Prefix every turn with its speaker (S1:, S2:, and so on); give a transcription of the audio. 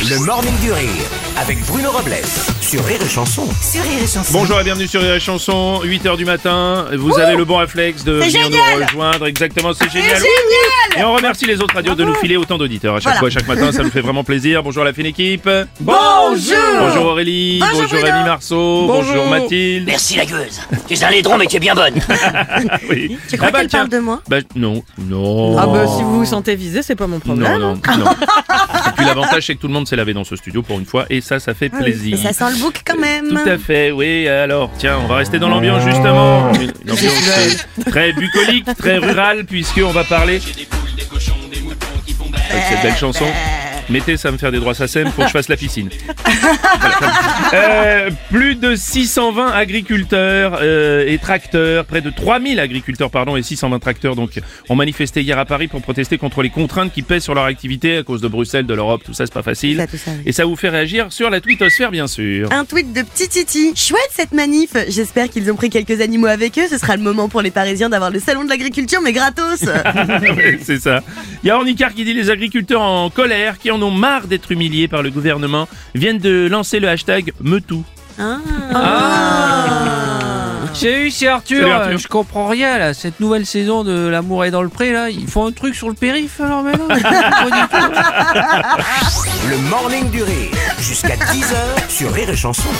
S1: Le Morning du Rire avec Bruno Robles sur Rire et Chanson.
S2: Sur Rire et Chanson.
S3: Bonjour et bienvenue sur Rire et Chanson, 8h du matin. Vous avez le bon réflexe de
S2: C'est
S3: venir
S2: génial
S3: nous rejoindre. Exactement, c'est
S2: C'est
S3: génial.
S2: génial
S3: Et on remercie les autres radios de nous filer autant d'auditeurs à chaque
S2: Voilà.
S3: fois, chaque matin. Ça nous fait vraiment plaisir. Bonjour à la fine équipe.
S2: Bonjour
S3: Bonjour Aurélie.
S2: Bonjour Bruno.
S3: Rémi Marceau. Bonjour, Mathilde.
S4: Merci la gueuse. Tu es un laidron mais tu es bien bonne.
S3: Oui.
S5: Tu crois
S3: Ah bah,
S5: qu'elle
S3: tiens.
S5: parle de moi
S3: Bah, non, non.
S5: Ah bah si vous vous sentez visé, c'est pas hein. mon problème.
S3: Non, non, non. Et puis l'avantage, c'est que tout le monde s'est lavé dans ce studio pour une fois, et ça, ça fait plaisir.
S5: Et Ah ça sent le bouc quand même.
S3: Tout à fait, oui. Alors, tiens, on va rester dans l'ambiance justement. Une ambiance euh, très bucolique, très rurale, puisqu'on va parler. Avec cette belle chanson. Mettez ça me faire des droits SACEM pour que je fasse la piscine. Euh, plus de 620 agriculteurs euh, et tracteurs, près de 3000 agriculteurs pardon et 620 tracteurs donc ont manifesté hier à Paris pour protester contre les contraintes qui pèsent sur leur activité à cause de Bruxelles, de l'Europe, tout ça c'est pas facile.
S5: Ça, tout ça, oui.
S3: Et ça vous fait réagir sur la twittosphère bien sûr.
S5: Un tweet de Petit Titi. Chouette cette manif. J'espère qu'ils ont pris quelques animaux avec eux. Ce sera le moment pour les Parisiens d'avoir le salon de l'agriculture, mais gratos.
S3: Ouais, c'est ça. Il y a Ornicard qui dit les agriculteurs en colère, qui en ont marre d'être humiliés par le gouvernement, viennent de lancer le hashtag MeToo.
S5: Ah.
S3: Ah.
S6: Salut, c'est Arthur.
S3: Salut, Arthur.
S6: Euh, Je comprends rien là, cette nouvelle saison de L'amour est dans le pré là, ils font un truc sur le périph alors mais non, je comprends pas du tout.
S1: Le Morning du Rire jusqu'à 10h sur Rire et Chanson.